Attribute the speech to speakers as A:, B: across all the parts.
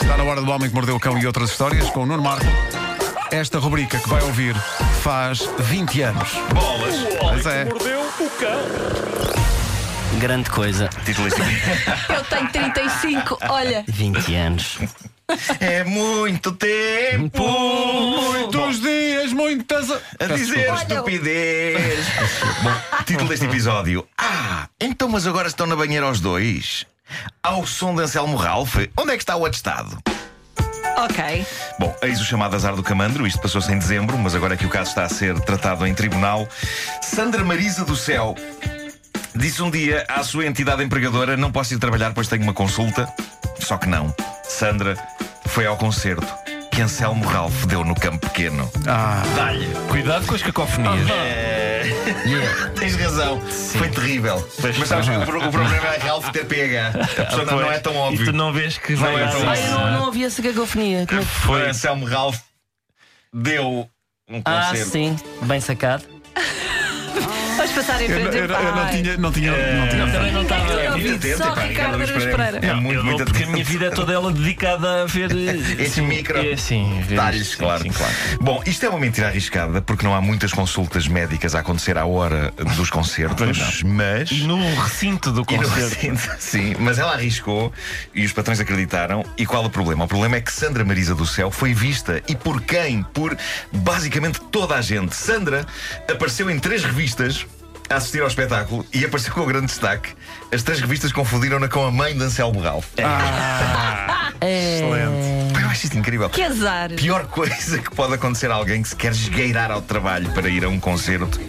A: Está na hora do Homem que Mordeu o Cão e outras histórias com o Nuno Marco. Esta rubrica que vai ouvir faz 20 anos.
B: Bolas.
A: Pois é.
C: Mordeu o cão.
D: Grande coisa,
B: Título este
E: Eu tenho 35, olha.
D: 20 anos.
B: É muito tempo
A: Muitos dias, muitas.
B: a dizer
E: Olha,
B: estupidez. Bom, título deste episódio. Ah, então mas agora estão na banheira os dois? Ao som de Anselmo Ralph, onde é que está o atestado?
E: Ok.
B: Bom, eis o chamado azar do camandro. Isto passou-se em dezembro, mas agora é que o caso está a ser tratado em tribunal. Sandra Marisa do Céu disse um dia à sua entidade empregadora: Não posso ir trabalhar, pois tenho uma consulta. Só que não. Sandra foi ao concerto que Anselmo Ralph deu no campo pequeno.
A: Ah,
B: Dá-lhe.
C: Cuidado com as cacofonias.
B: Tens razão. Foi terrível. Mas sabes que o, pro- o problema é Ralph ter PH. A pessoa não, não é tão
C: E tu
B: óbvio.
C: não vês que
B: Não
C: vai
B: é
C: dar
B: tão
C: certo.
B: óbvio.
D: eu não, não ouvi essa cacofonia. Como é que-
B: Foi Anselmo Ralph deu um
D: Ah,
B: concerto.
D: sim, bem sacado.
E: Vamos passar em
A: eu,
E: frente.
A: não- eu não- eu não
E: Vai.
A: tinha. Não tinha, não tinha
D: não estava.
E: Eu
B: muito
E: ouvi
B: atento,
E: só
B: epá, Ricardo
E: Ricardo
B: Luís
E: Luís Pereira.
B: Pereira. É muito,
C: eu
B: muito
C: dou porque a
B: atento.
C: minha vida é toda ela dedicada a ver eh,
B: Esse
C: sim,
B: micro.
C: É, sim, ver-
B: Detalhes,
C: sim,
B: claro.
C: sim, claro.
B: Bom, isto é uma mentira arriscada porque não há muitas consultas médicas a acontecer à hora dos
C: Ah,
B: concertos, mas.
C: E no recinto do
B: E no
C: concerto.
B: recinto, Sim, mas ela arriscou e os patrões acreditaram. E qual é o problema? O problema é que Sandra Marisa do Céu foi vista. E por quem? Por basicamente toda a gente. Sandra apareceu em três revistas a assistir ao espetáculo e apareceu com grande destaque. As três revistas confundiram-na com a mãe de Anselmo Ralph.
A: excelente.
B: Eu acho isto incrível.
E: Que azar.
B: Pior coisa que pode acontecer a alguém que se quer esgueirar ao trabalho para ir a um concerto,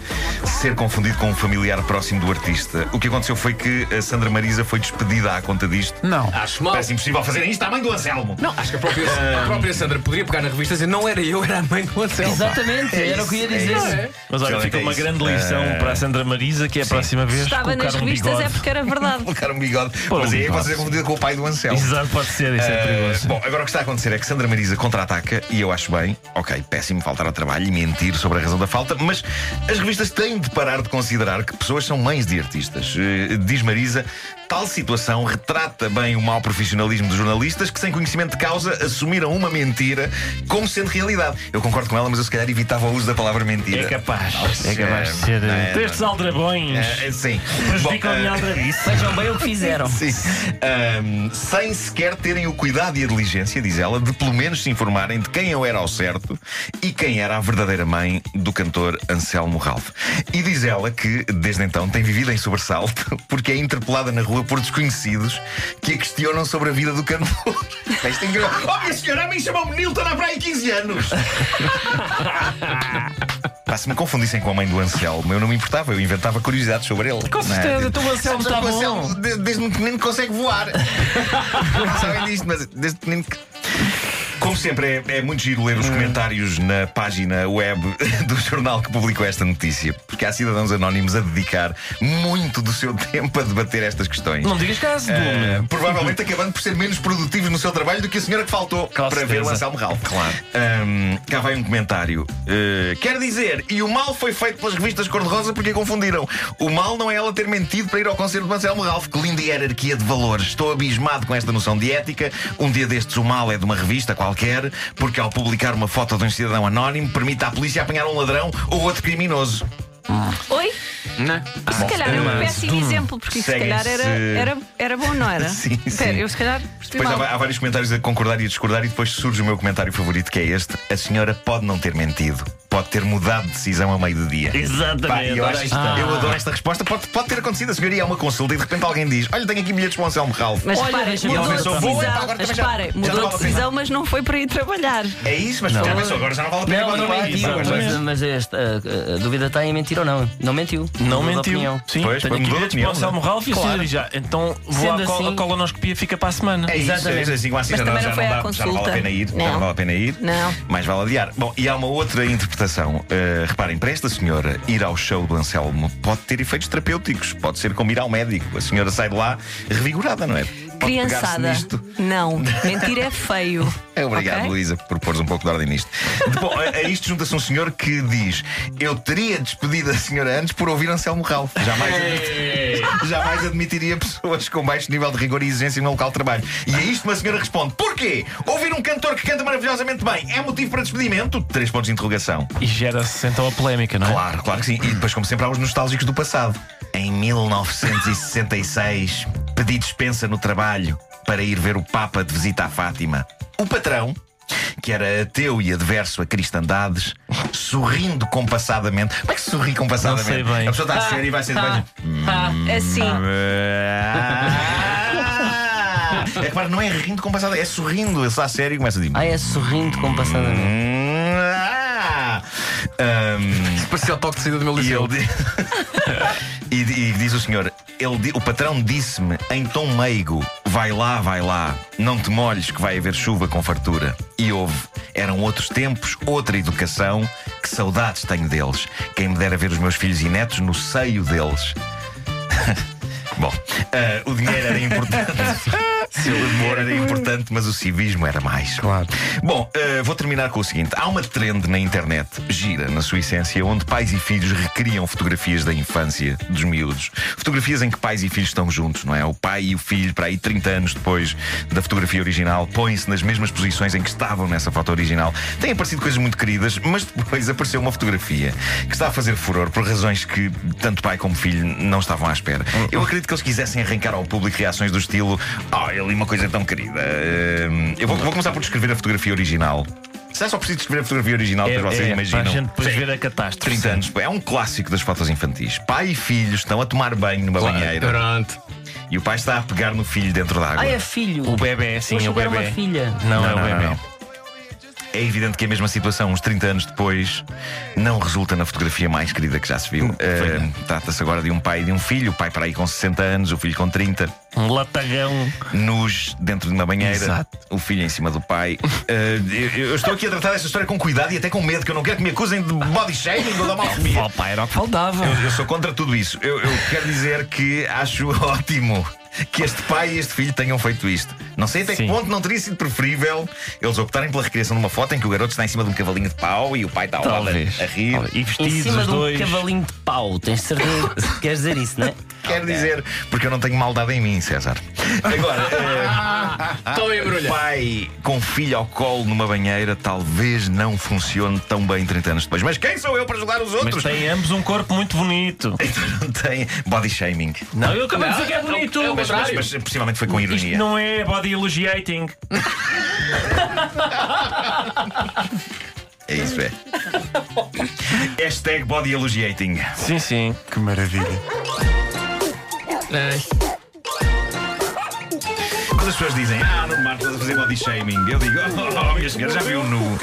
B: ser confundido com um familiar próximo do artista. O que aconteceu foi que a Sandra Marisa foi despedida à conta disto.
A: Não.
F: Acho mal.
B: Parece impossível fazer isto à mãe do Anselmo.
F: Não, acho que a própria, a própria Sandra poderia pegar na revista e dizer não era eu, era a mãe do Anselmo.
D: Exatamente, era o que eu ia
B: isso, é
D: dizer.
B: isso.
C: Mas olha,
B: Realmente
C: fica
B: é
C: uma
B: isso.
C: grande lição
B: Eh,
C: para a Sandra Marisa que é a próxima vez.
E: Estava
C: colocar
E: nas
C: um
E: revistas é
C: bigode.
E: porque era verdade.
B: Colocar um bigode.
C: Pôr um
B: mas aí é que
C: bigode.
B: você é confundido com o pai do Anselmo.
C: Exato, pode ser, isso é
B: Eh,
C: perigoso.
B: bom, agora o que está a acontecer é que Sandra Marisa contra-ataca e eu acho bem, ok, péssimo faltar ao trabalho e mentir sobre a razão da falta, mas as revistas têm de parar de considerar que pessoas são mães de artistas. Eh, diz Marisa, tal situação retrata bem o mau profissionalismo dos jornalistas que, sem conhecimento de causa, assumiram uma mentira como sendo realidade. Eu concordo com ela, mas eu se calhar evitava o uso da palavra mentira.
C: É capaz, é
B: sim,
C: capaz de ser.
B: não é,
C: eh, Destes aldrabões
B: Eh, eh, sim.
C: prejudicam a
B: Bom, eh,
C: minha aldrabice.
D: Vejam bem o que fizeram.
B: Sim. Então, Ahm, sem sequer terem o cuidado e a diligência, diz ela, de pelo menos se informarem de quem eu era ao certo e quem era a verdadeira mãe do cantor Anselmo Ralph. E diz ela que, desde então, tem vivido em sobressalto porque é interpelada na rua por desconhecidos que a questionam sobre a vida do cantor. Isto é incrível. Oh, minha senhora, a mim chamou-me Nilton há para aí 15 anos. Pá, se me confundissem com a mãe do Anselmo, eu não me importava, eu inventava curiosidades sobre ele.
C: Com
B: Não é?
C: certeza, tu Anselmo
B: Sabes
C: está
B: que o
C: bom.
B: Anselmo, de- desde muito menino consegue voar. Não sabem disto, mas desde menino que. Como sempre, é, é muito giro ler
C: Hum.
B: os comentários na página web do jornal que publicou esta notícia, porque há cidadãos anónimos a dedicar muito do seu tempo a debater estas questões.
C: Não digas caso,
B: Eh,
C: Dume.
B: provavelmente acabando por ser menos produtivos no seu trabalho do que a senhora que faltou
C: Com
B: para ver o
C: certeza.
B: Anselmo Ralph. Claro. cá vai um comentário. Eh, quer dizer, e o mal foi feito pelas revistas cor-de-rosa porque a confundiram. O mal não é ela ter mentido para ir ao concerto do Anselmo Ralph. Que linda hierarquia de valores. Estou abismado com esta noção de ética. Um dia destes, o mal é de uma revista qualquer, porque ao publicar uma foto de um cidadão anónimo, permite à polícia apanhar um ladrão ou outro criminoso.
E: Oi?
F: Não.
E: Se calhar é um
B: eh,
E: péssimo exemplo, porque isso se
B: seguem-se-
E: calhar era, era, era bom, não era?
B: Sim, sim.
E: Espera, eu se calhar percebi
B: Depois
E: mal.
B: há, há vários comentários a concordar e a discordar, e depois surge o meu comentário favorito, que é este: A senhora pode não ter mentido, pode ter mudado de decisão a meio do dia.
C: Exatamente,
B: Pá, eu,
C: ora
B: acho-
C: aí está.
B: eu adoro esta resposta. Pode, pode ter acontecido, a senhora ia a uma consulta e de repente alguém diz: Olha, tenho aqui bilhetes para o Anselmo Ralph.
E: Mas
D: Olha,
E: reparem,
D: deixa-me
E: mudou
B: lá
E: de
B: ver se eu vou. Epá,
E: decisão,
B: agora também já-
E: reparem,
B: já não
E: mudou
B: vale
E: de
B: a pena.
E: decisão, mas não foi para ir trabalhar.
B: É isso, mas já pensou, agora já não é? vale a pena.
D: Não, não
C: é
B: continuar.
D: mentiu.
B: Agora-
D: Mas, mas eh, esta, a, a- a dúvida está tá em mentir ou não. Não mentiu.
C: Não
D: Mudou de
C: mentiu.
D: opinião.
C: Sim, tenho
B: Pois, pois,
C: aqui
B: mudou de
C: bilhetes é para
B: opinião,
C: o Anselmo Ralph e a senhora diz já. Então vou
D: Sendo
C: à col-
D: assim-
C: a colonoscopia fica para a semana.
B: É isso,
C: Exatamente.
B: é isso, igual assim,
E: Mas
B: já, não,
E: também
B: já,
E: não foi
B: não
E: à
B: dá- já não vale
E: consulta.
B: a pena ir. Já não
E: Não.
B: vale a pena ir.
E: Não.
B: Mais vale adiar. Bom, e há uma outra interpretação. Uh, reparem, para esta senhora, ir ao show do Anselmo pode ter efeitos terapêuticos. Pode ser como ir ao médico. A senhora sai de lá revigorada, não é? pode pegar-se
E: Criançada.
B: nisto.
E: Não, mentir é feio.
B: É, Obrigado,
E: ok?
B: Luísa, por pôres um pouco de ordem nisto. Depois, a, a isto junta-se um senhor que diz: Eu teria despedido a senhora antes por ouvir Anselmo Ralph. Jamais, admiti- jamais admitiria pessoas com baixo nível de rigor e exigência no local de trabalho. E a isto uma senhora responde: Porquê? Ouvir um cantor que canta maravilhosamente bem é motivo para despedimento? Três pontos de interrogação.
C: E gera-se então a polémica, não é?
B: Claro, claro que sim. E depois, como sempre, há os nostálgicos do passado. Em 1966, pedi dispensa no trabalho para ir ver o Papa de visita à Fátima. O patrão, que era ateu e adverso a cristandades, sorrindo compassadamente. Como é que se sorri compassadamente?
C: Não sei bem.
B: A pessoa está a ser e vai ser depois.
E: Assim.
B: Ah! É claro, não é rindo compassadamente, é sorrindo. Ele está a sério e começa a dizer.
D: Ah, é sorrindo compassadamente.
B: "Hum, ah." Hum. Ahm,
F: Parecia o toque de saída do meu
B: e
F: liceu.
B: ele di- e, di- e diz o senhor, ele di- o patrão disse-me em tom meigo: vai lá, vai lá, não te molhes que vai haver chuva com fartura. E houve. Eram outros tempos, outra educação, que saudades tenho deles. Quem me dera ver os meus filhos e netos no seio deles. Bom, ah, o dinheiro era importante. Seu humor era importante, mas o civismo era mais.
A: Claro.
B: Bom, eh, vou terminar com o seguinte: há uma trend na internet, gira na sua essência, onde pais e filhos recriam fotografias da infância dos miúdos. Fotografias em que pais e filhos estão juntos, não é? O pai e o filho, para aí 30 anos depois da fotografia original, põem-se nas mesmas posições em que estavam nessa foto original. Têm aparecido coisas muito queridas, mas depois apareceu uma fotografia que está a fazer furor por razões que tanto pai como filho não estavam à espera. Eu acredito que eles quisessem arrancar ao público reações do estilo: Ah, ele uma coisa tão querida. Hum, Eu vou, vou começar por descrever a fotografia original. Se é só preciso descrever a fotografia original, depois
C: É,
B: vocês imaginam.
C: Para a gente depois
B: Sim.
C: ver a catástrofe.
B: 30 anos, é um clássico das fotos infantis. Pai e filho estão a tomar banho numa banheira
F: Pronto.
B: e o pai está a pegar no filho dentro da água.
D: Ah, é filho.
C: O bebê, sim, é
D: Eu achei
C: o
D: que era
C: bebê.
D: uma filha.
C: Não,
B: Não,
C: é o
B: não,
C: bebê.
B: não, não. É evidente que a mesma situação, uns 30 anos depois, não resulta na fotografia mais querida que já se viu. Eh, Trata-se agora de um pai e de um filho, o pai para aí com 60 anos, o filho com 30,
C: Um latagão.
B: nus dentro de uma banheira, o filho em cima do pai. Eh, eu, eu estou aqui a tratar desta história com cuidado e até com medo, que eu não quero que me acusem de body shaming ou de homofobia.
C: Oh, pá, era o que faltava.
B: Eu, eu sou contra tudo isso. Eu, eu quero dizer que acho ótimo que este pai e este filho tenham feito isto. Não sei até que
C: Sim.
B: ponto não teria sido preferível eles optarem pela recriação de uma foto em que o garoto está em cima de um cavalinho de pau e o pai está ao lado a
C: Talvez.
B: a rir.
C: E
D: Em
C: vestidos
D: cima
C: os
D: de um
C: dois.
D: cavalinho de pau. Tens certeza que queres dizer isso, não é?
B: Quero dizer, porque eu não tenho maldade em mim, César. Agora,
F: Então
B: eh,
F: embrulha.
B: pai com filho ao colo numa banheira talvez não funcione tão bem 30 anos depois. Mas quem sou eu para julgar os
C: Mas
B: outros?
C: têm ambos um corpo muito bonito.
B: Então não tem body shaming.
C: Não, eu acabei de dizer que é
F: Não,
C: bonito.
F: é o
B: Mas, mas,
F: contrário.
B: mas possivelmente foi com ironia.
C: Isto não é body elogiating.
B: É isso, é. Hashtag body elogiating.
C: Sim, sim.
A: Que maravilha.
B: Quando as pessoas dizem, ah, não Marco, estás a fazer body shaming, eu digo, oh, oh, minha senhora, já viu nu.